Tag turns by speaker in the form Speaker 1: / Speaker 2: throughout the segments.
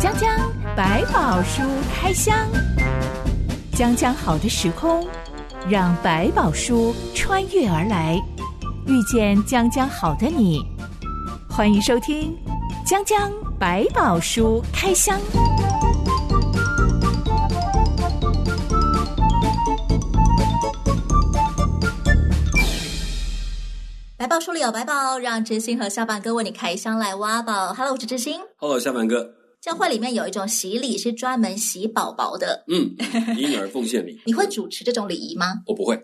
Speaker 1: 江江百宝书开箱，江江好的时空，让百宝书穿越而来，遇见江江好的你。欢迎收听江江百宝书开箱。
Speaker 2: 百宝书里有百宝，让真心和小板哥为你开箱来挖宝。Hello，我是真心。
Speaker 3: Hello，夏凡哥，
Speaker 2: 教会里面有一种洗礼是专门洗宝宝的，
Speaker 3: 嗯，婴儿奉献礼，
Speaker 2: 你会主持这种礼仪吗？
Speaker 3: 我不会，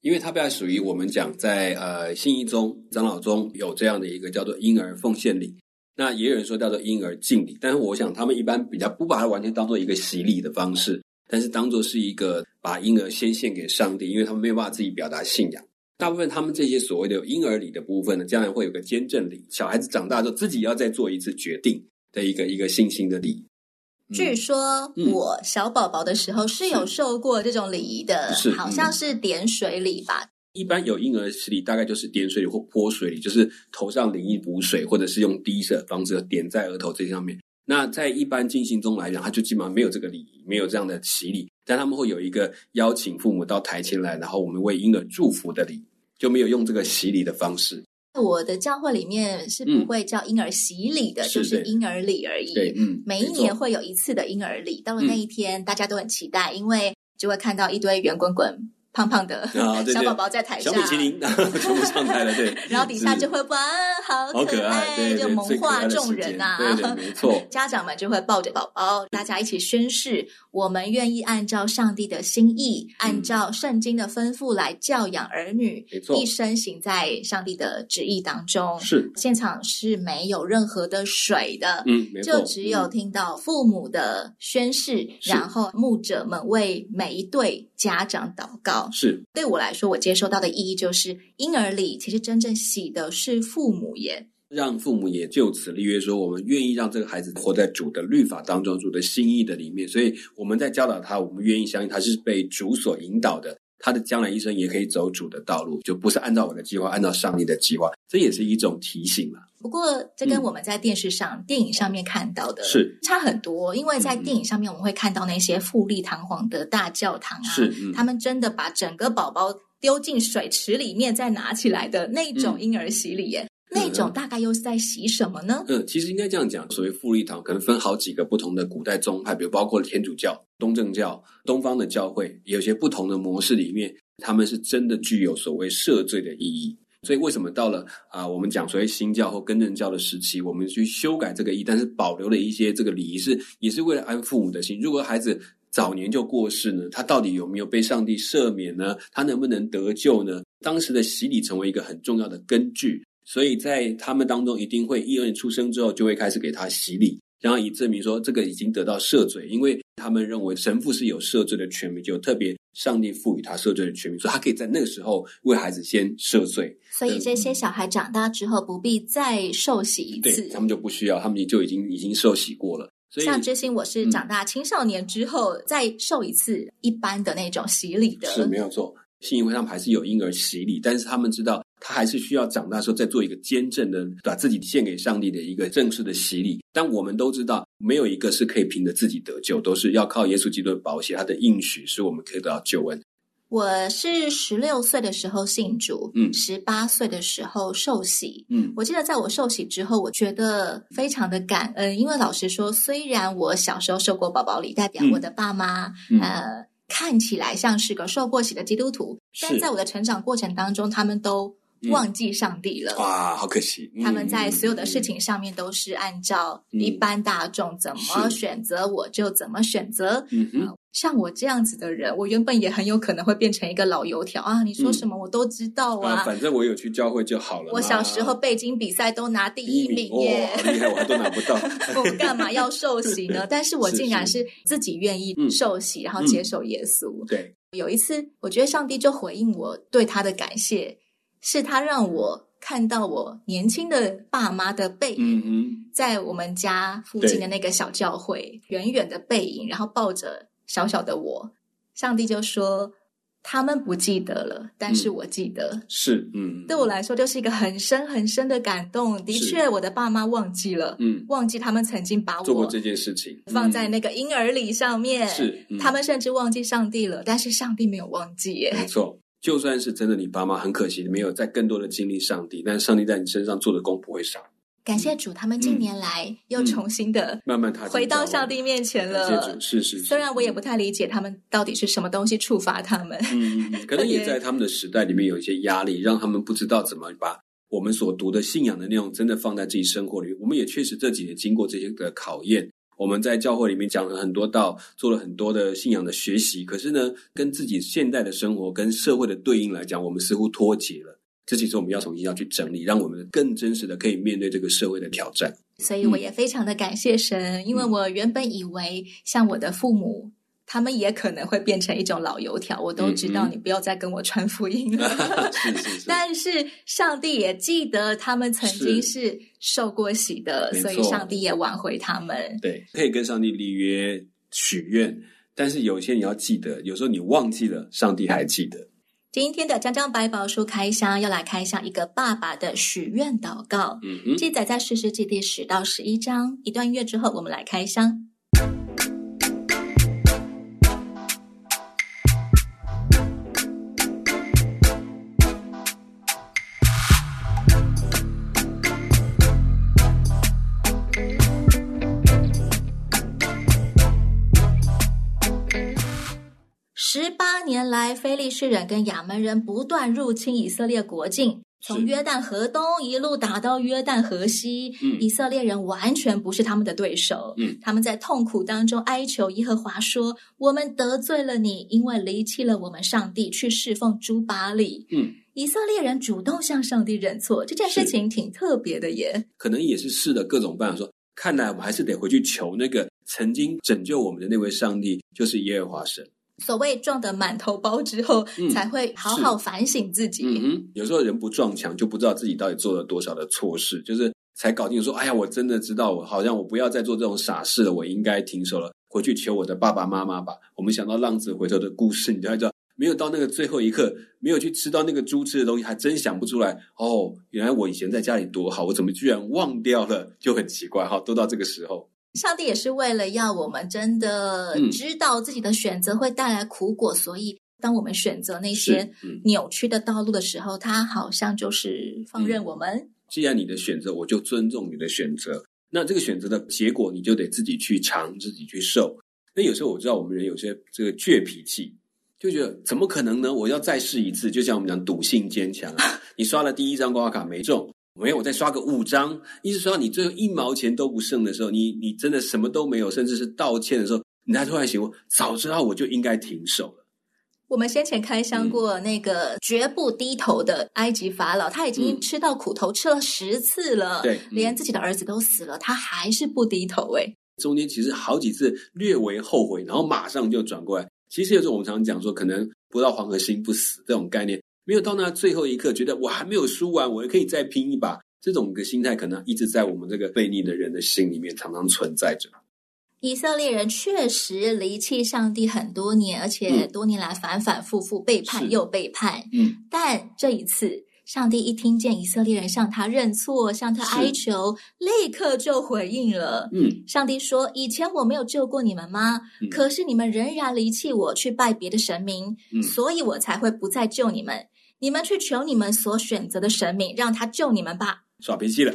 Speaker 3: 因为它不太属于我们讲在呃信义宗、长老宗有这样的一个叫做婴儿奉献礼，那也有人说叫做婴儿敬礼，但是我想他们一般比较不把它完全当做一个洗礼的方式，但是当做是一个把婴儿先献给上帝，因为他们没有办法自己表达信仰。大部分他们这些所谓的婴儿礼的部分呢，将来会有个监证礼，小孩子长大之后自己要再做一次决定的一个一个新兴的礼。嗯
Speaker 2: 据说
Speaker 3: 嗯
Speaker 2: 我小宝宝的时候是有受过这种礼仪的，
Speaker 3: 嗯是
Speaker 2: 好像是点水礼吧？
Speaker 3: 一般有婴儿洗礼，大概就是点水礼或泼水礼，就是头上淋一补水，或者是用滴水的方式点在额头这上面。那在一般进行中来讲，他就基本上没有这个礼仪，没有这样的洗礼，但他们会有一个邀请父母到台前来，然后我们为婴儿祝福的礼，就没有用这个洗礼的方式。
Speaker 2: 我的教会里面是不会叫婴儿洗礼的，
Speaker 3: 嗯
Speaker 2: 就是是
Speaker 3: 对
Speaker 2: 婴儿礼而已。
Speaker 3: 对，嗯，
Speaker 2: 每一
Speaker 3: 没错嗯
Speaker 2: 年会有一次的婴儿礼，到了那一天，大家都很期待，因为就会看到一堆圆滚滚、胖胖的、
Speaker 3: 啊对对
Speaker 2: 小宝宝在台
Speaker 3: 小
Speaker 2: 上，
Speaker 3: 米其林 全部上台了，对，
Speaker 2: 然后底下
Speaker 3: 是
Speaker 2: 就会哇，好
Speaker 3: 嗯好可
Speaker 2: 爱，
Speaker 3: 爱，对
Speaker 2: 就
Speaker 3: 对，
Speaker 2: 萌
Speaker 3: 最可
Speaker 2: 化
Speaker 3: 爱的
Speaker 2: 众
Speaker 3: 时
Speaker 2: 人啊
Speaker 3: 间
Speaker 2: 呐、，
Speaker 3: 对对，没错
Speaker 2: 家长们就会抱着宝宝，大家一起宣誓，我们愿意按照上帝的心意，按照圣经的吩咐来教养儿女，
Speaker 3: 嗯没错
Speaker 2: 一生行在上帝的旨意当中。
Speaker 3: 是，
Speaker 2: 现场是没有任何的水的，
Speaker 3: 嗯，没错，
Speaker 2: 就只有
Speaker 3: 嗯
Speaker 2: 听到父母的宣誓，
Speaker 3: 是
Speaker 2: 然后牧者们为每一对家长祷告。
Speaker 3: 是
Speaker 2: 对我来说，我接收到的意义就是，婴儿礼其实真正洗的是父母耶。
Speaker 3: 让父母也就此立约说，我们愿意让这个孩子活在主的律法当中，主的心意的里面。所以我们在教导他，我们愿意相信他是被主所引导的，他的将来一生也可以走主的道路，就不是按照我的计划，按照上帝的计划。这也是一种提醒啦。
Speaker 2: 不过，这跟
Speaker 3: 嗯
Speaker 2: 我们在电视上、电影上面看到的
Speaker 3: 是
Speaker 2: 差很多，因为在
Speaker 3: 嗯嗯
Speaker 2: 电影上面我们会看到那些富丽堂皇的大教堂啊，
Speaker 3: 是嗯
Speaker 2: 他们真的把整个宝宝丢进水池里面再拿起来的
Speaker 3: 嗯
Speaker 2: 那种婴儿洗礼耶，那种大概又是在洗什么呢？
Speaker 3: 嗯，其实应该这样讲，所谓富丽堂可能分好几个不同的古代宗派，比如包括天主教、东正教、东方的教会，有些不同的模式里面，他们是真的具有所谓赦罪的意义。所以为什么到了啊、我们讲所谓新教或根正教的时期，我们去修改这个意义，但是保留了一些这个礼仪是，也是为了安父母的心。如果孩子早年就过世呢，他到底有没有被上帝赦免呢？他能不能得救呢？当时的洗礼成为一个很重要的根据，所以在他们当中一定会一人出生之后就会开始给他洗礼，然后以证明说这个已经得到赦罪，因为他们认为神父是有赦罪的权柄，就特别上帝赋予他赦罪的权柄，所以他可以在那个时候为孩子先赦罪，
Speaker 2: 所以这些小孩长大之后不必再受洗一
Speaker 3: 嗯对
Speaker 2: 次。
Speaker 3: 他们就不需要，他们就已经已经受洗过了。所以
Speaker 2: 像知心，我是
Speaker 3: 嗯
Speaker 2: 长大青少年之后再受一次一般的那种洗礼的，
Speaker 3: 是没有错。信义会他们还是有婴儿洗礼，但是他们知道他还是需要长大时候再做一个坚正的，把自己献给上帝的一个正式的洗礼。但我们都知道，没有一个是可以凭着自己得救，都是要靠耶稣基督的保险，他的应许使我们可以得到救恩。
Speaker 2: 我是十六岁的时候信主，
Speaker 3: 嗯
Speaker 2: 十八岁的时候受洗。
Speaker 3: 嗯，
Speaker 2: 我记得在我受洗之后，我觉得非常的感恩，因为老实说，虽然我小时候受过宝宝礼，代表
Speaker 3: 嗯
Speaker 2: 我的爸妈、
Speaker 3: 嗯
Speaker 2: 呃看起来像是个受过洗的基督徒，
Speaker 3: 是嗯
Speaker 2: 但在我的成长过程当中，他们都忘记上帝了。
Speaker 3: 哇，好可惜，嗯
Speaker 2: 他们在所有的事情上面都是按照一般大众怎么
Speaker 3: 是
Speaker 2: 选择，我就怎么选择。
Speaker 3: 嗯哼，
Speaker 2: 像我这样子的人，我原本也很有可能会变成一个老油条啊！你说什么我都知道
Speaker 3: 嗯啊，
Speaker 2: 啊！
Speaker 3: 反啊正我有去教会就好了嘛。
Speaker 2: 我小时候背经比赛都拿第一名
Speaker 3: 哇、
Speaker 2: 耶，
Speaker 3: 好厉害，我还都拿不到。
Speaker 2: 我干嘛要受洗 呢？但是我
Speaker 3: 是
Speaker 2: 竟然
Speaker 3: 是
Speaker 2: 是自己愿意
Speaker 3: 嗯
Speaker 2: 受洗，然后
Speaker 3: 嗯
Speaker 2: 接受耶稣。
Speaker 3: 对，
Speaker 2: 有一次，我觉得上帝就回应我对他的感谢，是他让我看到我年轻的爸妈的背影。
Speaker 3: 嗯哼，
Speaker 2: 在我们家附近的那个小教会，远远的背影，然后抱着小小的我，上帝就说：“他们不记得
Speaker 3: 嗯
Speaker 2: 了，但是我记得。
Speaker 3: 是，嗯，
Speaker 2: 对我来说，就是一个很深很深的感动。的
Speaker 3: 是
Speaker 2: 确，我的爸妈忘记了，
Speaker 3: 嗯，
Speaker 2: 忘记他们曾经把
Speaker 3: 做过
Speaker 2: 我
Speaker 3: 这件事情，
Speaker 2: 放在
Speaker 3: 嗯
Speaker 2: 那个婴儿礼上面。
Speaker 3: 是嗯
Speaker 2: 他们甚至忘记上帝了，但是上帝没有忘记耶。
Speaker 3: 没错。就算是真的，你爸妈很可惜没有在更多的经历上帝，但上帝在你身上做的功不会少。
Speaker 2: 感谢主，他们近年来又重新的
Speaker 3: 嗯慢慢他
Speaker 2: 回到上帝面前了。
Speaker 3: 是是。是
Speaker 2: 虽然我也不太理解他们到底是什么东西触发他 们，
Speaker 3: 嗯，可能也
Speaker 2: 也
Speaker 3: 在他们的时代里面有一些压力，让他们不知道怎么把我们所读的信仰的内容真的放在自己生活里。我们也确实这几年经过这些的考验，我们在教会里面讲了很多道，做了很多的信仰的学习。可是呢，跟自己现代的生活跟社会的对应来讲，我们似乎脱节了。这其实我们要重新要去整理，让我们更真实的可以面对这个社会的挑战。
Speaker 2: 所以我也非常的感谢神，因为
Speaker 3: 嗯
Speaker 2: 我原本以为像我的父母。他们也可能会变成一种老油条，我都知道
Speaker 3: 嗯嗯
Speaker 2: 你不要再跟我传福音 了。
Speaker 3: 是是是，
Speaker 2: 但是上帝也记得他们曾经
Speaker 3: 是
Speaker 2: 是受过洗的，
Speaker 3: 没
Speaker 2: 所以
Speaker 3: 错
Speaker 2: 上帝也挽回他们。
Speaker 3: 对，可以跟上帝立约许愿，但是有些你要记得，有时候你忘记了，上帝还记得。
Speaker 2: 今天的张张百宝书开箱要来开箱一个爸爸的许愿祷告，
Speaker 3: 嗯哼，
Speaker 2: 记载在四世纪第十到十一章。一段月之后，我们来开箱。十八年来，非利士人跟亚门人不断入侵以色列国境，从
Speaker 3: 是
Speaker 2: 约旦河东一路打到约旦河西。
Speaker 3: 嗯
Speaker 2: 以色列人完全不是他们的对手。
Speaker 3: 嗯
Speaker 2: 他们在痛苦当中哀求耶和华说：“我们得罪了你，因为离弃了我们上帝，去侍奉朱巴利。”
Speaker 3: 嗯，
Speaker 2: 以色列人主动向上帝认错，这件事
Speaker 3: 是
Speaker 2: 情挺特别的耶。
Speaker 3: 可能也是试了各种办法说，看来我们还是得回去求那个曾经拯救我们的那位上帝，就是耶和华神。
Speaker 2: 所谓撞得满头包之后，
Speaker 3: 嗯
Speaker 2: 才会好好反省自己。
Speaker 3: 嗯哼，有时候人不撞墙，就不知道自己到底做了多少的错事，就是才搞清楚说，哎呀，我真的知道，我好像我不要再做这种傻事了，我应该停手了，回去求我的爸爸妈妈吧。我们想到浪子回头的故事，你就会知道，没有到那个最后一刻，没有去吃到那个猪吃的东西，还真想不出来。哦，原来我以前在家里多好，我怎么居然忘掉了，就很奇怪哈。都到这个时候，
Speaker 2: 上帝也是为了要我们真的
Speaker 3: 嗯
Speaker 2: 知道自己的选择会带来苦果，所以当我们选择那些
Speaker 3: 是嗯
Speaker 2: 扭曲的道路的时候，他好像就是放任我们。
Speaker 3: 既然你的选择，我就尊重你的选择。那这个选择的结果，你就得自己去尝，自己去受。那有时候我知道我们人有些这个倔脾气，就觉得怎么可能呢？我要再试一次。就像我们讲赌性坚强啊，你刷了第一张刮卡没中，没有我再刷个五张，一直刷到你最后一毛钱都不剩的时候，你你真的什么都没有，甚至是道歉的时候，你才突然醒悟，早知道我就应该停手了。
Speaker 2: 我们先前开
Speaker 3: 嗯
Speaker 2: 箱过那个绝不低头的埃及法老，他已经
Speaker 3: 嗯
Speaker 2: 吃到苦头，吃了十次了，
Speaker 3: 对嗯
Speaker 2: 连自己的儿子都死了，他还是不低头、哎，
Speaker 3: 中间其实好几次略为后悔，然后马上就转过来。其实有时候我们常讲说，可能不到黄河心不死这种概念，没有到那最后一刻，觉得我还没有输完，我也可以再拼一把。这种个心态可能一直在我们这个悖逆的人的心里面常常存在着。
Speaker 2: 以色列人确实离弃上帝很多年，而且
Speaker 3: 嗯
Speaker 2: 多年来反反复复背叛
Speaker 3: 是
Speaker 2: 又背叛。
Speaker 3: 嗯，
Speaker 2: 但这一次，上帝一听见以色列人向他认错、向他哀求，立刻就回应了。
Speaker 3: 嗯，
Speaker 2: 上帝说：“以前我没有救过你们吗？
Speaker 3: 嗯
Speaker 2: 可是你们仍然离弃我，去拜别的神明，
Speaker 3: 嗯
Speaker 2: 所以我才会不再救你们。你们去求你们所选择的神明，让他救你们吧。
Speaker 3: 耍脾气了，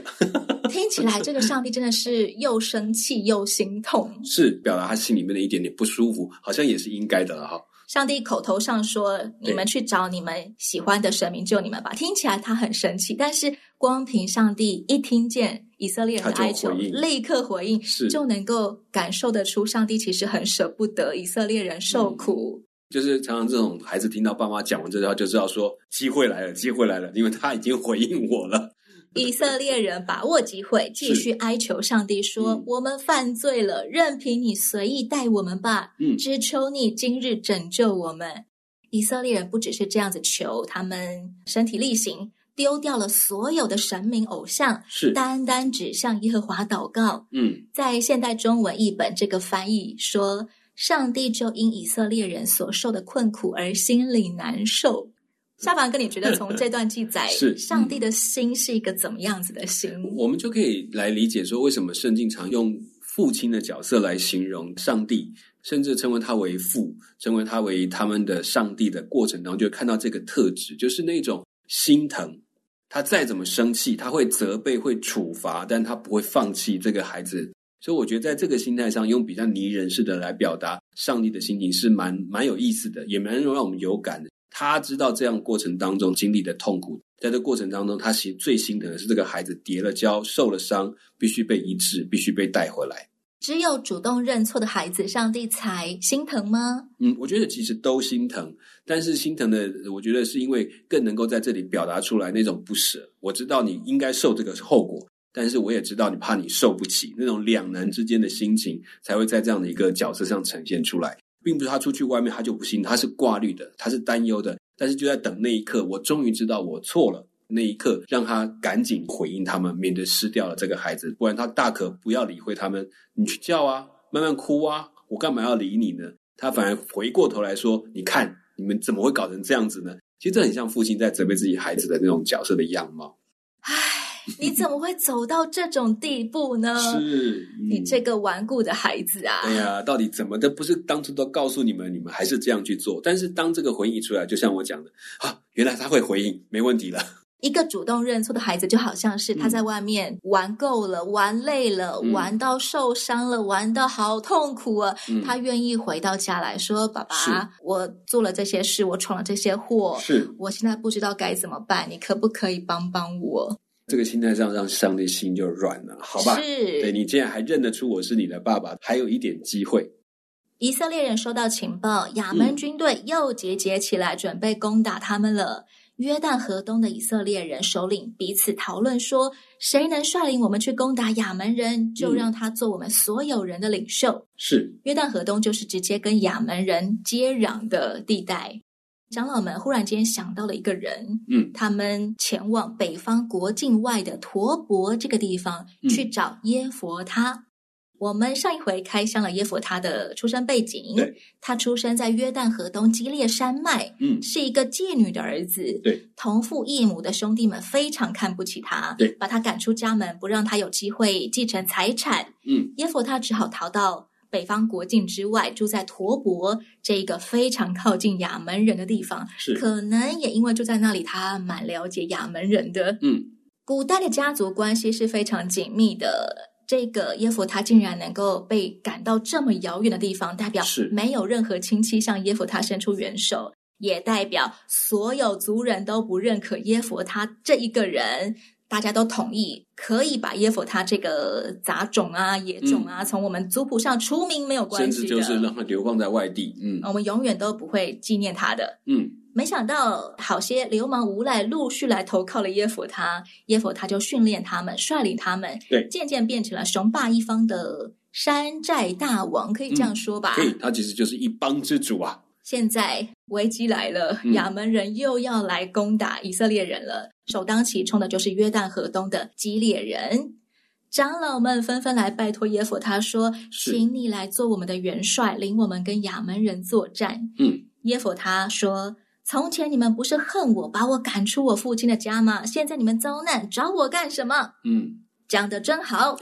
Speaker 2: 听起来，这个上帝真的是又生气又心痛。
Speaker 3: 是表达他心里面的一点点不舒服，好像也是应该的了哈。
Speaker 2: 上帝口头上说：“
Speaker 3: 对
Speaker 2: 你们去找你们喜欢的神明救你们吧。”听起来他很生气，但是光凭上帝一听见以色列人的
Speaker 3: 他就
Speaker 2: 哀求，
Speaker 3: 回应
Speaker 2: 立刻回应，
Speaker 3: 是
Speaker 2: 就能够感受得出上帝其实很舍不得以色列人受
Speaker 3: 嗯
Speaker 2: 苦。
Speaker 3: 就是常常这种孩子听到爸妈讲完这句话，就知道说机会来了，机会来了，因为他已经回应我了。
Speaker 2: 以色列人把握机会，继续哀求上帝说：“
Speaker 3: 嗯
Speaker 2: 我们犯罪了，任凭你随意待我们吧。”
Speaker 3: 嗯，
Speaker 2: 只求你今日拯救我们。以色列人不只是这样子求，他们身体力行，丢掉了所有的神明偶像，
Speaker 3: 是，
Speaker 2: 单单只向耶和华祷告。
Speaker 3: 嗯，
Speaker 2: 在现代中文译本这个翻译说，上帝就因以色列人所受的困苦而心里难受。夏凡哥，你觉 得从这段记载，
Speaker 3: 是嗯
Speaker 2: 上帝的心是一个怎么样子的心？
Speaker 3: 我们就可以来理解说，为什么圣经常用父亲的角色来形容上帝，甚至称为他为父，称为他为他们的上帝的过程当中，就看到这个特质，就是那种心疼。他再怎么生气，他会责备，会处罚，但他不会放弃这个孩子。所以我觉得在这个心态上，用比较拟人式的来表达上帝的心情是蛮蛮有意思的，也蛮让我们有感的。他知道这样过程当中经历的痛苦，在这过程当中，他其实最心疼的是这个孩子跌了跤、受了伤，必须被医治，必须被带回来。
Speaker 2: 只有主动认错的孩子，上帝才心疼吗？
Speaker 3: 嗯，我觉得其实都心疼，但是心疼的，我觉得是因为更能够在这里表达出来那种不舍。我知道你应该受这个后果，但是我也知道你怕你受不起，那种两难之间的心情才会在这样的一个角色上呈现出来，并不是他出去外面他就不心疼，他是挂虑的，他是担忧的，但是就在等那一刻，我终于知道我错了。那一刻，让他赶紧回应他们，免得失掉了这个孩子，不然他大可不要理会他们。你去叫啊，慢慢哭啊，我干嘛要理你呢？他反而回过头来说：“你看，你们怎么会搞成这样子呢？”其实这很像父亲在责备自己孩子的那种角色的样貌。
Speaker 2: 你怎么会走到这种地步呢？
Speaker 3: 是，嗯
Speaker 2: 你这个顽固的孩子啊！
Speaker 3: 哎呀，到底怎么的？不是当初都告诉你们，你们还是这样去做。但是当这个回应一出来，就像我讲的啊，原来他会回应，没问题了。
Speaker 2: 一个主动认错的孩子，就好像是他在外面玩够了、玩累了、
Speaker 3: 嗯
Speaker 2: 玩到受伤了、玩到好痛苦啊，
Speaker 3: 嗯
Speaker 2: 他愿意回到家来说：“爸
Speaker 3: 是
Speaker 2: 爸，我做了这些事，我闯了这些祸，
Speaker 3: 是
Speaker 2: 我现在不知道该怎么办，你可不可以帮帮我
Speaker 3: 这个心态上，让上帝心就软了，？”好吧？
Speaker 2: 是
Speaker 3: 对你竟然还认得出我是你的爸爸，还有一点机会。
Speaker 2: 以色列人收到情报，亚
Speaker 3: 嗯
Speaker 2: 门军队又集结起来，准备攻打他们了。约旦河东的以色列人首领彼此讨论说：“谁能率领我们去攻打亚门人，就
Speaker 3: 嗯
Speaker 2: 让他做我们所有人的领袖。
Speaker 3: 是，
Speaker 2: 约旦河东就是直接跟亚门人接壤的地带。长老们忽然间想到了一个人，
Speaker 3: 嗯，
Speaker 2: 他们前往北方国境外的陀伯这个地方
Speaker 3: 嗯
Speaker 2: 去找耶佛他。我们上一回开箱了耶佛他的出生背景
Speaker 3: 对，
Speaker 2: 他出生在约旦河东基列山脉，
Speaker 3: 嗯，
Speaker 2: 是一个妓女的儿子。
Speaker 3: 对，
Speaker 2: 同父异母的兄弟们非常看不起他，
Speaker 3: 对
Speaker 2: 把他赶出家门，不让他有机会继承财产。
Speaker 3: 嗯，
Speaker 2: 耶夫他只好逃到北方国境之外，住在陀伯这一个非常靠近亚门人的地方。
Speaker 3: 是，
Speaker 2: 可能也因为住在那里，他蛮了解亚门人的。
Speaker 3: 嗯，
Speaker 2: 古代的家族关系是非常紧密的。这个耶夫他竟然能够被赶到这么遥远的地方，代表
Speaker 3: 是
Speaker 2: 没有任何亲戚向耶夫他伸出援手，也代表所有族人都不认可耶佛他这一个人。大家都同意可以把耶佛他这个杂种啊、野种啊，从我们族谱上除名没有
Speaker 3: 嗯甚
Speaker 2: 关系
Speaker 3: 至
Speaker 2: 的，哦
Speaker 3: 就是让他流放在外地。嗯
Speaker 2: 我们永远都不会纪念他的。
Speaker 3: 嗯，
Speaker 2: 没想到好些流氓无赖陆续来投靠了耶佛他，耶佛他就训练他们，率领他们，
Speaker 3: 对
Speaker 2: 渐渐变成了雄霸一方的山寨大王，可以这样说吧？
Speaker 3: 嗯所以他其实就是一帮之主啊。
Speaker 2: 现在危机来了，
Speaker 3: 嗯
Speaker 2: 亚门人又要来攻打以色列人了，首当其冲的就是约旦河东的基列人。长老们纷纷来拜托耶佛他说：“
Speaker 3: 是
Speaker 2: 请你来做我们的元帅，领我们跟亚门人作战。”
Speaker 3: 嗯，
Speaker 2: 耶佛他说：“从前你们不是恨我，把我赶出我父亲的家吗？现在你们遭难，找我干什么？”
Speaker 3: 嗯，
Speaker 2: 讲的真 好，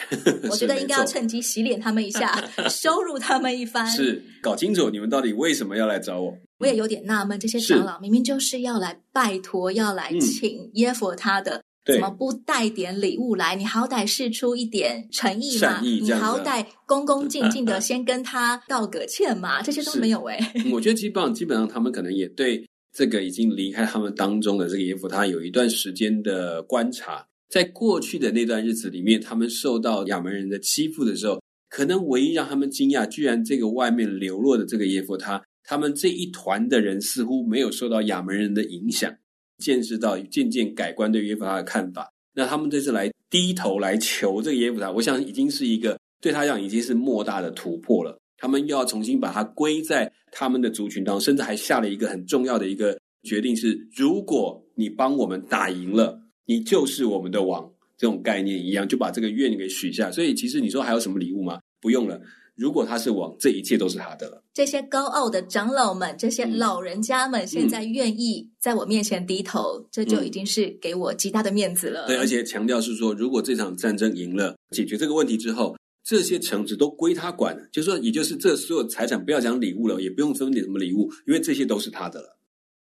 Speaker 2: 我觉得应该要
Speaker 3: 是
Speaker 2: 趁机洗脸他们一下， 羞辱他们一番。
Speaker 3: 是搞清楚你们到底为什么要来找我。
Speaker 2: 我也有点纳闷，这些
Speaker 3: 是
Speaker 2: 长老明明就是要来拜托、要来
Speaker 3: 嗯
Speaker 2: 请耶佛他的，
Speaker 3: 对
Speaker 2: 怎么不带点礼物来？你好歹试出一点诚意嘛，
Speaker 3: 善意
Speaker 2: 你
Speaker 3: 这样子啊嗯
Speaker 2: 好歹恭恭敬敬的先跟他道个歉嘛，这些都
Speaker 3: 是
Speaker 2: 没有哎、
Speaker 3: 嗯我觉得基本上基本上他们可能也对这个已经离开他们当中的这个耶夫他有一段时间的观察，在过去的那段日子里面，他们受到亚门人的欺负的时候，可能唯一让他们惊讶，居然这个外面流落的这个耶夫他，他们这一团的人似乎没有受到亚门人的影响，见识到渐渐改观对耶夫他的看法。那他们这次来低头来求这个耶夫他，我想已经是一个对他来讲已经是莫大的突破了。他们又要重新把它归在他们的族群当中，甚至还下了一个很重要的一个决定是：如果你帮我们打赢了，你就是我们的王。这种概念一样，就把这个愿给许下。所以其实你说还有什么礼物吗？不用了，如果他是王，这一切都是他的了。
Speaker 2: 这些高傲的长老们，这
Speaker 3: 嗯
Speaker 2: 些老人家们，现在愿意在我面前低头，这就已经是给我极大的面子了。
Speaker 3: 嗯对，而且强调是说，如果这场战争赢了，解决这个问题之后，这些城池都归他管了，就是说，也就是这所有财产，不要讲礼物了，也不用分点什么礼物，因为这些都是他的了。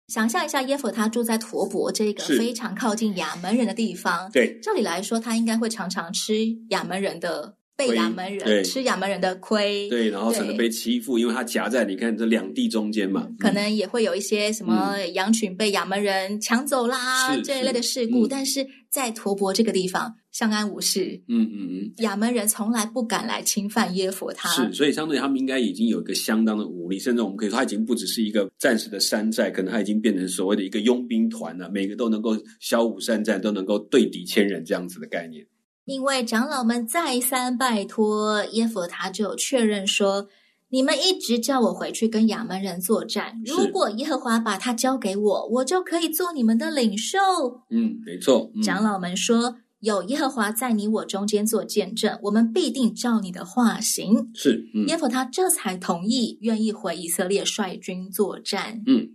Speaker 2: 想象一下，耶夫他住在陀伯这个
Speaker 3: 是
Speaker 2: 非常靠近亚门人的地方，
Speaker 3: 对，
Speaker 2: 照理来说，他应该会常常吃亚门人的，被
Speaker 3: 亏
Speaker 2: 亚门
Speaker 3: 对
Speaker 2: 人吃亚门人的亏，
Speaker 3: 对，然后才能被欺负，因为他夹在你看这两地中间嘛。嗯
Speaker 2: 可能也会有一些什么羊群被亚门人抢走啦、
Speaker 3: 是
Speaker 2: 这一类的事故，
Speaker 3: 是嗯
Speaker 2: 但是在陀伯这个地方相安无事，
Speaker 3: 嗯嗯嗯，
Speaker 2: 亚门人从来不敢来侵犯耶佛他。
Speaker 3: 是，所以相对他们应该已经有一个相当的武力，甚至我们可以说，他已经不只是一个暂时的山寨，可能他已经变成所谓的一个佣兵团了，每个都能够骁武善战，都能够对敌千人这样子的概念。
Speaker 2: 因为长老们再三拜托耶佛他，就有确认说：你们一直叫我回去跟亚门人作战，
Speaker 3: 是
Speaker 2: 如果耶和华把他交给我，我就可以做你们的领袖。
Speaker 3: 嗯，没错，嗯、
Speaker 2: 长老们说：有耶和华在你我中间做见证，我们必定照你的话行。
Speaker 3: 是，嗯
Speaker 2: 耶夫他这才同意，愿意回以色列率军作战。
Speaker 3: 嗯，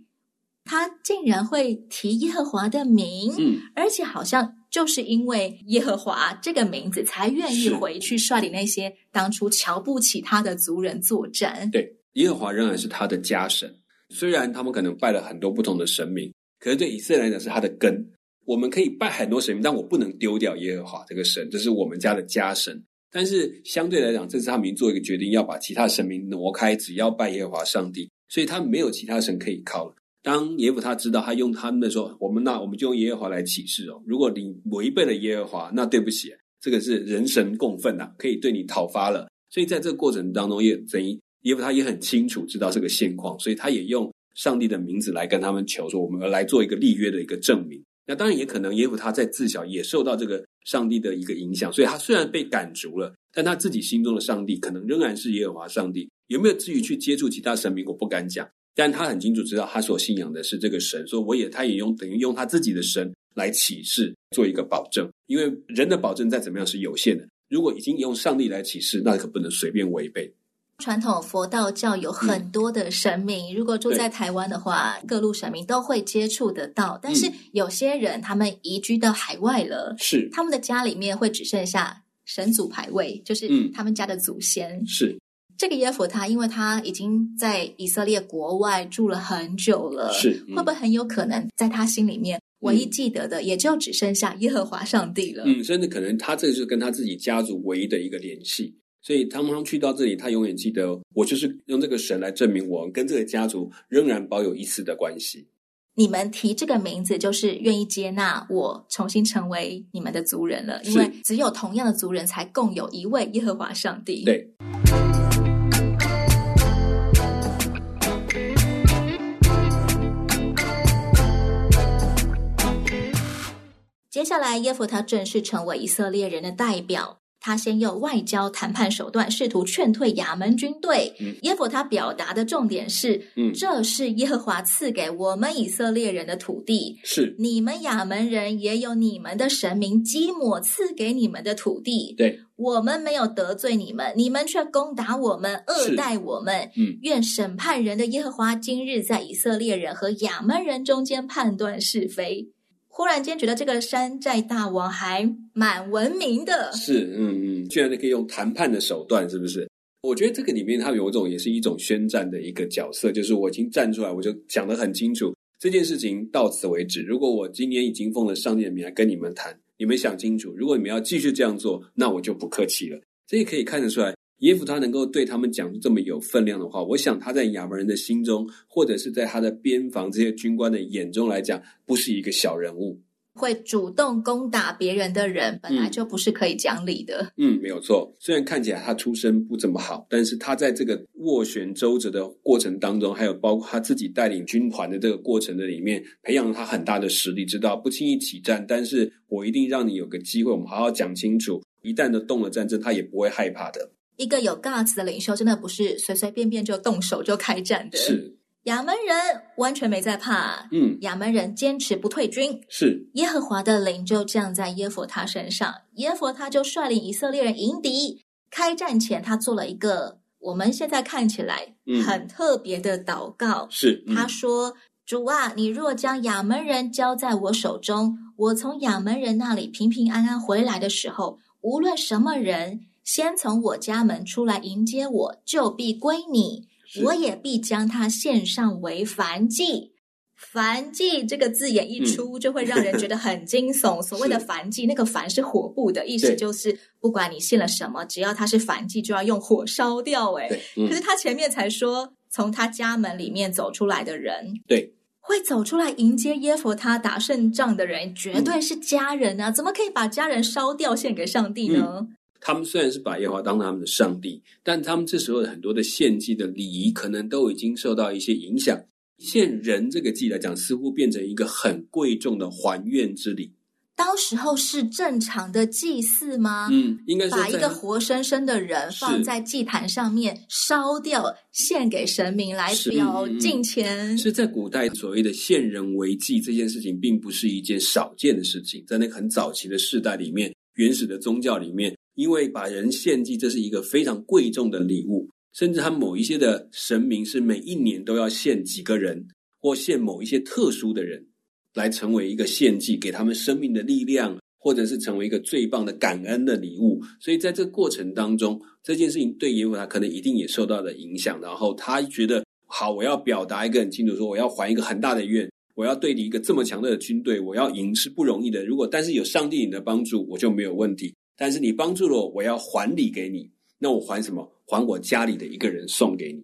Speaker 2: 他竟然会提耶和华的名，
Speaker 3: 嗯，
Speaker 2: 而且好像就是因为耶和华这个名字，才愿意
Speaker 3: 是
Speaker 2: 回去率领那些当初瞧不起他的族人作战。
Speaker 3: 对，耶和华仍然是他的家神，虽然他们可能拜了很多不同的神明，可是对以色列来讲是他的根。我们可以拜很多神明，但我不能丢掉耶和华这个神，这是我们家的家神。但是相对来讲，这次他们已经做一个决定，要把其他神明挪开，只要拜耶和华上帝，所以他没有其他神可以靠了。当耶和他知道，他用他们的说，我们那我们就用耶和华来起誓哦。如果你违背了耶和华，那对不起，这个是人神共愤呐、啊可以对你讨伐了。所以在这个过程当中，也等于耶和他也很清楚知道这个现况，所以他也用上帝的名字来跟他们求说，我们来做一个立约的一个证明。那当然也可能耶和他在自小也受到这个上帝的一个影响，所以他虽然被赶逐了，但他自己心中的上帝可能仍然是耶和华上帝。有没有至于去接触其他神明，我不敢讲，但他很清楚知道他所信仰的是这个神，所以我也他也用等于用他自己的神来起誓做一个保证，因为人的保证再怎么样是有限的。如果已经用上帝来起誓，那可不能随便违背。
Speaker 2: 传统佛道教有
Speaker 3: 嗯
Speaker 2: 很多的神明，如果住在台湾的话，各路神明都会接触得到。但是
Speaker 3: 嗯
Speaker 2: 有些人他们移居到海外了，
Speaker 3: 是
Speaker 2: 他们的家里面会只剩下神祖牌位，就是
Speaker 3: 嗯
Speaker 2: 他们家的祖先。
Speaker 3: 是
Speaker 2: 这个耶夫他，因为他已经在以色列国外住了很久了，
Speaker 3: 是，嗯
Speaker 2: 会不会很有可能在他心里面，唯一记得的也就只剩下耶和华上帝了？
Speaker 3: 嗯，甚至可能他这是跟他自己家族唯一的一个联系。所以当他们去到这里，他永远记得我就是用这个神来证明我跟这个家族仍然保有一丝的关系。
Speaker 2: 你们提这个名字，就是愿意接纳我重新成为你们的族人了，因为
Speaker 3: 是
Speaker 2: 只有同样的族人才共有一位耶和华上帝。
Speaker 3: 对，
Speaker 2: 接下来，耶夫他正式成为以色列人的代表。他先用外交谈判手段试图劝退亚门军队。
Speaker 3: 嗯
Speaker 2: 耶夫他表达的重点是：
Speaker 3: 嗯
Speaker 2: 这是耶和华赐给我们以色列人的土地，
Speaker 3: 是
Speaker 2: 你们亚门人也有你们的神明基抹赐给你们的土地。
Speaker 3: 对，
Speaker 2: 我们没有得罪你们，你们却攻打我们，
Speaker 3: 是
Speaker 2: 恶待我们。
Speaker 3: 嗯，
Speaker 2: 愿审判人的耶和华今日在以色列人和亚门人中间判断是非。忽然间觉得这个山寨大王还蛮文明的，
Speaker 3: 是，嗯嗯，居然可以用谈判的手段，是不是？我觉得这个里面它有一种也是一种宣战的一个角色，就是我已经站出来，我就讲得很清楚，这件事情到此为止。如果我今年已经奉了上帝的名来跟你们谈，你们想清楚，如果你们要继续这样做，那我就不客气了。这也可以看得出来，耶夫他能够对他们讲出这么有分量的话，我想他在亚门人的心中，或者是在他的边防这些军官的眼中来讲，不是一个小人物。
Speaker 2: 会主动攻打别人的人，本来就不是可以讲理的。
Speaker 3: 嗯，没有错。虽然看起来他出身不怎么好，但是他在这个斡旋周折的过程当中，还有包括他自己带领军团的这个过程的里面，培养了他很大的实力，知道不轻易起战，但是我一定让你有个机会，我们好好讲清楚。一旦的动了战争，他也不会害怕的。
Speaker 2: 一个有 guts 的领袖，真的不是随随便便就动手就开战的。
Speaker 3: 是，
Speaker 2: 亚门人完全没在怕，
Speaker 3: 嗯，
Speaker 2: 亚门人坚持不退军，
Speaker 3: 是，
Speaker 2: 耶和华的灵就降在耶佛他身上，耶佛他就率领以色列人迎敌。开战前，他做了一个我们现在看起来
Speaker 3: 嗯
Speaker 2: 很特别的祷告。
Speaker 3: 是，嗯
Speaker 2: 他说：“主啊，你若将亚门人交在我手中，我从亚门人那里平平安安回来的时候，无论什么人先从我家门出来迎接我，就必归你，
Speaker 3: 是
Speaker 2: 我也必将他献上为燔祭。”燔祭这个字眼
Speaker 3: 嗯
Speaker 2: 一出，就会让人觉得 很惊悚。所谓的燔祭，那个燔是火部的意思，
Speaker 3: 对
Speaker 2: 就是不管你信了什么，只要它是燔祭，就要用火烧掉。哎，
Speaker 3: 对，
Speaker 2: 可
Speaker 3: 嗯，
Speaker 2: 是他前面才说，从他家门里面走出来的人，
Speaker 3: 对，
Speaker 2: 会走出来迎接耶佛他打胜仗的人，
Speaker 3: 嗯
Speaker 2: 绝对是家人啊！怎么可以把家人烧掉献给上帝呢？
Speaker 3: 他们虽然是把耶和华当成他们的上帝，但他们这时候很多的献祭的礼仪可能都已经受到一些影响。献人这个祭来讲，似乎变成一个很贵重的还愿之礼。
Speaker 2: 当时候是正常的祭祀吗？
Speaker 3: 嗯，应该说
Speaker 2: 啊把一
Speaker 3: 在
Speaker 2: 个活生生的人
Speaker 3: 是
Speaker 2: 放在祭坛上面烧掉，献给神明来
Speaker 3: 是
Speaker 2: 表
Speaker 3: 嗯嗯嗯
Speaker 2: 敬虔。
Speaker 3: 是在古代所谓的献人为祭这件事情，并不是一件少见的事情。在那个很早期的世代里面，原始的宗教里面，因为把人献祭，这是一个非常贵重的礼物，甚至他某一些的神明是每一年都要献几个人，或献某一些特殊的人，来成为一个献祭，给他们生命的力量。或者是成为一个最棒的感恩的礼物，所以在这个过程当中，这件事情对耶和华可能一定也受到了影响，然后他觉得好，我要表达一个很清楚，说我要还一个很大的愿，我要对敌一个这么强大的军队，我要赢是不容易的。如果但是有上帝你的帮助，我就没有问题。但是你帮助了我，我要还礼给你。那我还什么？还我家里的一个人送给你，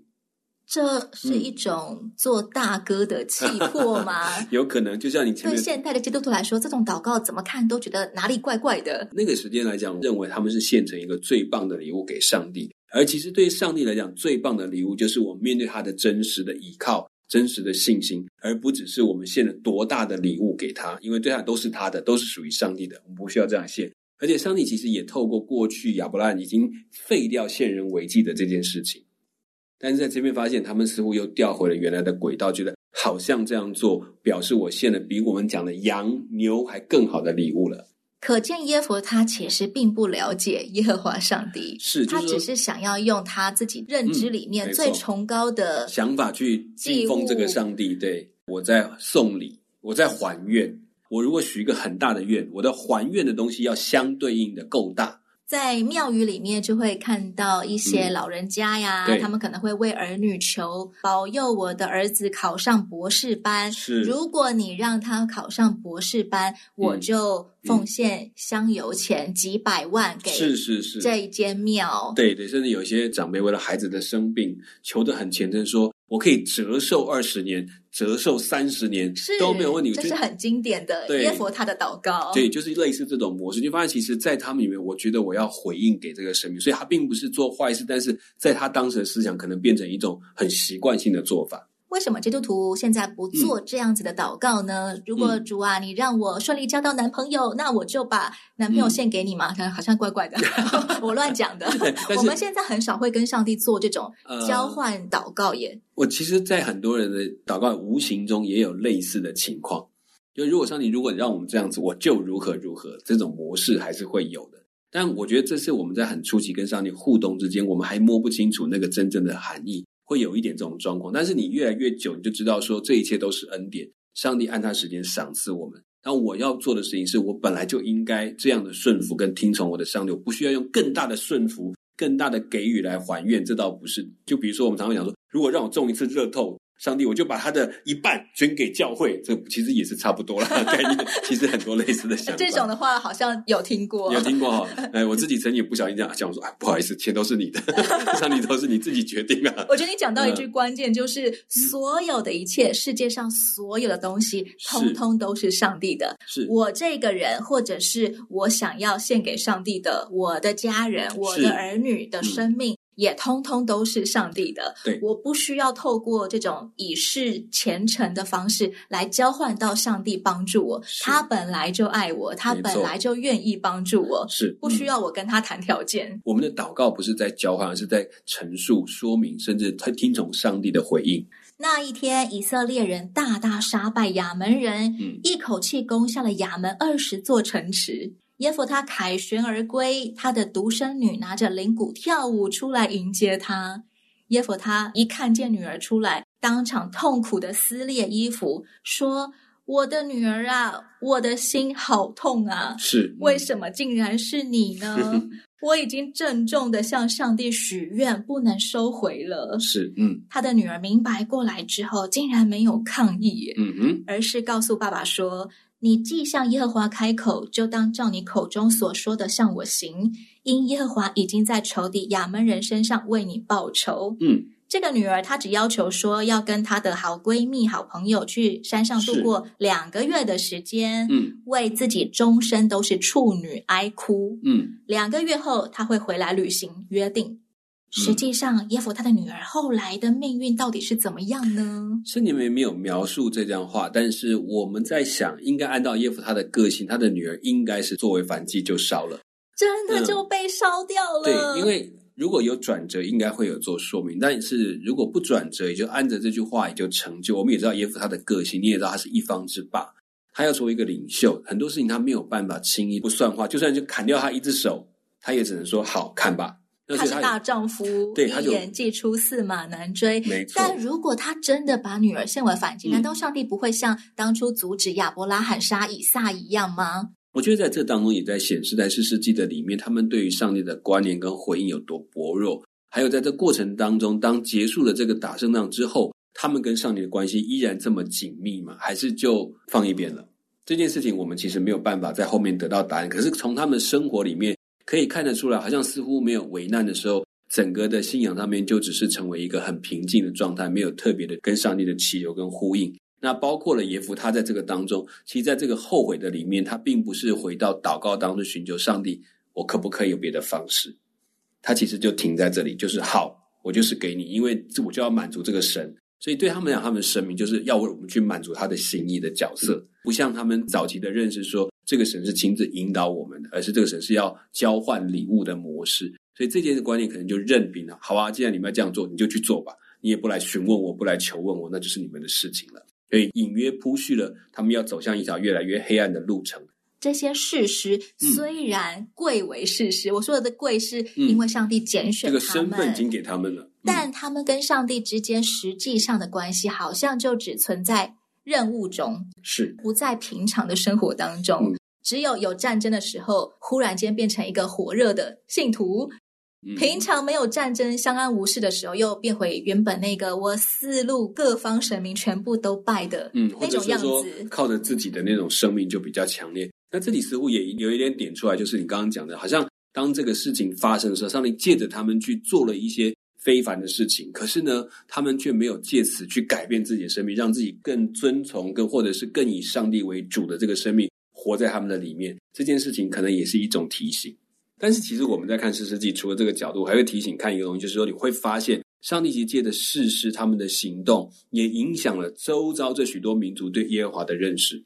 Speaker 2: 这是
Speaker 3: 嗯
Speaker 2: 一种做大哥的气魄吗？
Speaker 3: 有可能就像 你前
Speaker 2: 对
Speaker 3: 面
Speaker 2: 现代的基督徒来说，这种祷告怎么看都觉得哪里怪怪的。
Speaker 3: 那个时间来讲，认为他们是献成一个最棒的礼物给上帝。而其实对上帝来讲，最棒的礼物就是我们面对他的真实的依靠、真实的信心，而不只是我们献了多大的礼物给他，因为对他都是他的，都是属于上帝的，我们不需要这样献。而且上帝其实也透过过去亚伯拉罕已经废掉献人为祭的这件事情，但是在这边发现他们似乎又调回了原来的轨道，觉得好像这样做表示我献了比我们讲的羊牛还更好的礼物了。
Speaker 2: 可见耶佛他其实并不了解耶和华上帝，
Speaker 3: 是，就
Speaker 2: 他
Speaker 3: 是说
Speaker 2: 只是想要用他自己认知里
Speaker 3: 嗯
Speaker 2: 面
Speaker 3: 没错
Speaker 2: 最崇高的。
Speaker 3: 想法去
Speaker 2: 祭
Speaker 3: 祭
Speaker 2: 物
Speaker 3: 奉这个上帝。对我在送礼，我在还愿。我如果许一个很大的愿，我的还愿的东西要相对应的够大。
Speaker 2: 在庙宇里面就会看到一些
Speaker 3: 嗯
Speaker 2: 老人家呀，
Speaker 3: 对
Speaker 2: 他们可能会为儿女求保佑我的儿子考上博士班。
Speaker 3: 是
Speaker 2: 如果你让他考上博士班，我
Speaker 3: 嗯
Speaker 2: 就奉献香油钱几百万给
Speaker 3: 是是是，
Speaker 2: 这一间庙。
Speaker 3: 对对，甚至有些长辈为了孩子的生病，求得很虔诚说，我可以折寿二十年，折寿三十年
Speaker 2: 是
Speaker 3: 都没有问题。我
Speaker 2: 这
Speaker 3: 觉
Speaker 2: 是
Speaker 3: 得
Speaker 2: 很经典的
Speaker 3: 对
Speaker 2: 耶佛他的祷告。
Speaker 3: 对，就是类似这种模式，你就发现其实，在他们里面，我觉得我要回应给这个神明，所以他并不是做坏事，但是在他当时的思想，可能变成一种很习惯性的做法。
Speaker 2: 为什么基督徒现在不
Speaker 3: 嗯
Speaker 2: 做这样子的祷告呢？如果主啊，你让我顺利交到男朋友，那我就把男朋友献给你嘛，好像好像怪怪 的，我乱讲 的
Speaker 3: 但嗯是。
Speaker 2: 我们现在很少会跟上帝做这种
Speaker 3: 呃
Speaker 2: 交换祷告耶。
Speaker 3: 我其实，在很多人的祷告无形中也有类似的情况，就如果上帝如果让我们这样子，我就如何如何，这种模式还是会有的。但我觉得这是我们在很初期跟上帝互动之间，我们还摸不清楚那个真正的含义，会有一点这种状况。但是你越来越久，你就知道说这一切都是恩典，上帝按他时间赏赐我们。但我要做的事情是我本来就应该这样的顺服跟听从我的上帝，我不需要用更大的顺服更大的给予来还愿，这倒不是。就比如说，我们常常讲说，如果让我中一次乐透，上帝我就把他的一半捐给教会，这其实也是差不多了。 概念其实很多类似的想法。
Speaker 2: 这种的话好像有听过
Speaker 3: 你有，听过哈？ 哎，我自己曾经也不小心这样讲，我说啊，不好意思，钱都是你的， 上帝都是你自己决 定啊。
Speaker 2: 我觉得你讲到一句关键，就是、
Speaker 3: 嗯
Speaker 2: 所有的一切，世界上所有的东西，
Speaker 3: 是
Speaker 2: 通通都是上帝的。
Speaker 3: 是
Speaker 2: 我这个人，或者是我想要献给上帝的，我的家人、我
Speaker 3: 是嗯
Speaker 2: 的儿女的生命，也通通都是上帝的。
Speaker 3: 对
Speaker 2: 我不需要透过这种以示虔诚的方式来交换到上帝帮助我。
Speaker 3: 是
Speaker 2: 他本来就爱我，他
Speaker 3: 没
Speaker 2: 本
Speaker 3: 错
Speaker 2: 来就愿意帮助我，
Speaker 3: 是，
Speaker 2: 不需
Speaker 3: 嗯
Speaker 2: 要我跟他谈条件。
Speaker 3: 我们的祷告不是在交换，而是在陈述、说明，甚至他听从上帝的回应。
Speaker 2: 那一天，以色列人大大杀败亚门人，
Speaker 3: 嗯
Speaker 2: 一口气攻下了亚门二十座城池。耶夫他凯旋而归，他的独生女拿着铃鼓跳舞出来迎接他。耶佛他一看见女儿出来，当场痛苦的撕裂衣服，说：“我的女儿啊，我的心好痛啊！
Speaker 3: 是
Speaker 2: 为什么竟然是你呢？我已经郑重的向上帝许愿，不能收回了。”
Speaker 3: 是，嗯
Speaker 2: 他的女儿明白过来之后，竟然没有抗议耶，
Speaker 3: 嗯哼，
Speaker 2: 而是告诉爸爸说：“你既向耶和华开口，就当照你口中所说的向我行，因耶和华已经在仇敌亚扪人身上为你报仇。
Speaker 3: 嗯”
Speaker 2: 这个女儿她只要求说要跟她的好闺蜜、好朋友去山上度
Speaker 3: 是
Speaker 2: 过两个月的时间，
Speaker 3: 嗯
Speaker 2: 为自己终身都是处女哀哭。
Speaker 3: 嗯，
Speaker 2: 两个月后，他会回来履行约定。
Speaker 3: 嗯
Speaker 2: 实际上，耶夫他的女儿后来的命运到底是怎么样呢？
Speaker 3: 圣经里面没有描述这段话，但是我们在想，应该按照耶夫他的个性，他的女儿应该是作为反击就烧了。
Speaker 2: 真的就被烧掉了。
Speaker 3: 嗯对，因
Speaker 2: 嗯
Speaker 3: 为如果有转折，应该会有做说明。但是如果不转折，也就按着这句话也就成就。我们也知道耶夫他的个性，你也知道他是一方之霸，他要成为一个领袖，很多事情他没有办法轻易不算话，就算就砍掉他一只手，他也只能说好看吧。那
Speaker 2: 他
Speaker 3: 所以
Speaker 2: 是大
Speaker 3: 他
Speaker 2: 丈夫，
Speaker 3: 对他
Speaker 2: 一
Speaker 3: 就
Speaker 2: 言既出，驷马难追。
Speaker 3: 没错，
Speaker 2: 但如果他真的把女儿献为反击，
Speaker 3: 嗯
Speaker 2: 难道上帝不会像当初阻止亚伯拉罕杀以撒一样吗？
Speaker 3: 我觉得在这当中也在显示，在四世纪的里面，他们对于上帝的观念跟回应有多薄弱。还有在这过程当中，当结束了这个打胜仗之后，他们跟上帝的关系依然这么紧密吗？还是就放一边了？这件事情我们其实没有办法在后面得到答案。可是从他们的生活里面可以看得出来，好像似乎没有危难的时候，整个的信仰上面就只是成为一个很平静的状态，没有特别的跟上帝的祈求跟呼应。那包括了耶夫，他在这个当中，其实在这个后悔的里面，他并不是回到祷告当中寻求上帝，我可不可以有别的方式？他其实就停在这里，就是好，我就是给你，因为我就要满足这个神。所以对他们讲，他们的神明就是要我们去满足他的心意的角色，不像他们早期的认识说，这个神是亲自引导我们的，而是这个神是要交换礼物的模式。所以这件观念可能就任凭了，好啊，既然你们要这样做，你就去做吧，你也不来询问我，不来求问我，那就是你们的事情了。所以隐约铺叙了他们要走向一条越来越黑暗的路程。
Speaker 2: 这些事实
Speaker 3: 嗯
Speaker 2: 虽然贵为事实，我说的贵是
Speaker 3: 嗯
Speaker 2: 因为上帝拣选
Speaker 3: 这
Speaker 2: 他们，
Speaker 3: 个身份已经给他们了，嗯
Speaker 2: 但他们跟上帝之间实际上的关系，好像就只存在任务中，
Speaker 3: 是
Speaker 2: 不在平常的生活当中。
Speaker 3: 嗯
Speaker 2: 只有有战争的时候，忽然间变成一个火热的信徒；
Speaker 3: 嗯
Speaker 2: 平常没有战争、相安无事的时候，又变回原本那个我四路各方神明全部都拜的、
Speaker 3: 嗯，或
Speaker 2: 那
Speaker 3: 者
Speaker 2: 种
Speaker 3: 是
Speaker 2: 样
Speaker 3: 说
Speaker 2: 子。
Speaker 3: 靠着自己的那种生命就比较强烈。那这里似乎也有一点点出来，就是你刚刚讲的，好像当这个事情发生的时候，上帝借着他们去做了一些非凡的事情，可是呢，他们却没有借此去改变自己的生命，让自己更遵从，更或者是更以上帝为主的这个生命活在他们的里面。这件事情可能也是一种提醒。但是其实我们在看四世纪，除了这个角度，还会提醒看一个东西，就是说你会发现，上帝其实借的事师他们的行动，也影响了周遭这许多民族对耶和华的认识。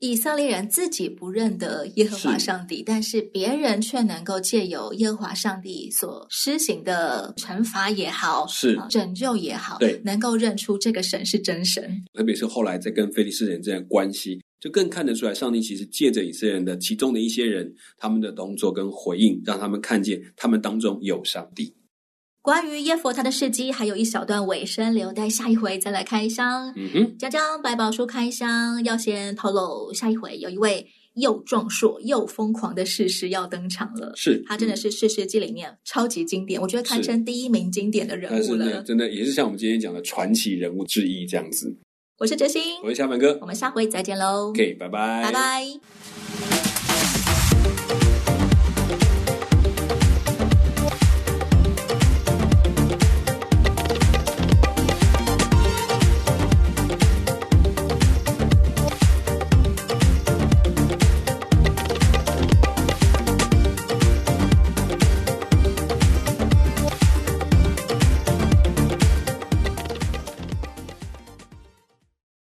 Speaker 2: 以色列人自己不认得耶和华
Speaker 3: 是
Speaker 2: 上帝，但是别人却能够借由耶和华上帝所施行的惩罚也好，
Speaker 3: 是
Speaker 2: 啊拯救也好，
Speaker 3: 对
Speaker 2: 能够认出这个神是真神。
Speaker 3: 特别是后来在跟非利士人之间的关系，就更看得出来，上帝其实借着以色列人的其中的一些人，他们的动作跟回应，让他们看见他们当中有上帝。
Speaker 2: 关于耶佛他的事迹，还有一小段尾声，留待下一回再来开箱。
Speaker 3: 嗯哼，
Speaker 2: 家长百宝书开箱要先透露，下一回有一位又壮硕又疯狂的士师要登场了。
Speaker 3: 是嗯
Speaker 2: 他真的。是《士师记》里面超级经典，我觉得堪
Speaker 3: 是
Speaker 2: 称第一名经典的人
Speaker 3: 但
Speaker 2: 物
Speaker 3: 是呢，
Speaker 2: 了。
Speaker 3: 真的也是像我们今天讲的传奇人物之一这样子。
Speaker 2: 我是哲心
Speaker 3: 我，是小满哥
Speaker 2: 我们下回再见喽，
Speaker 3: ，OK，拜拜，
Speaker 2: 拜拜。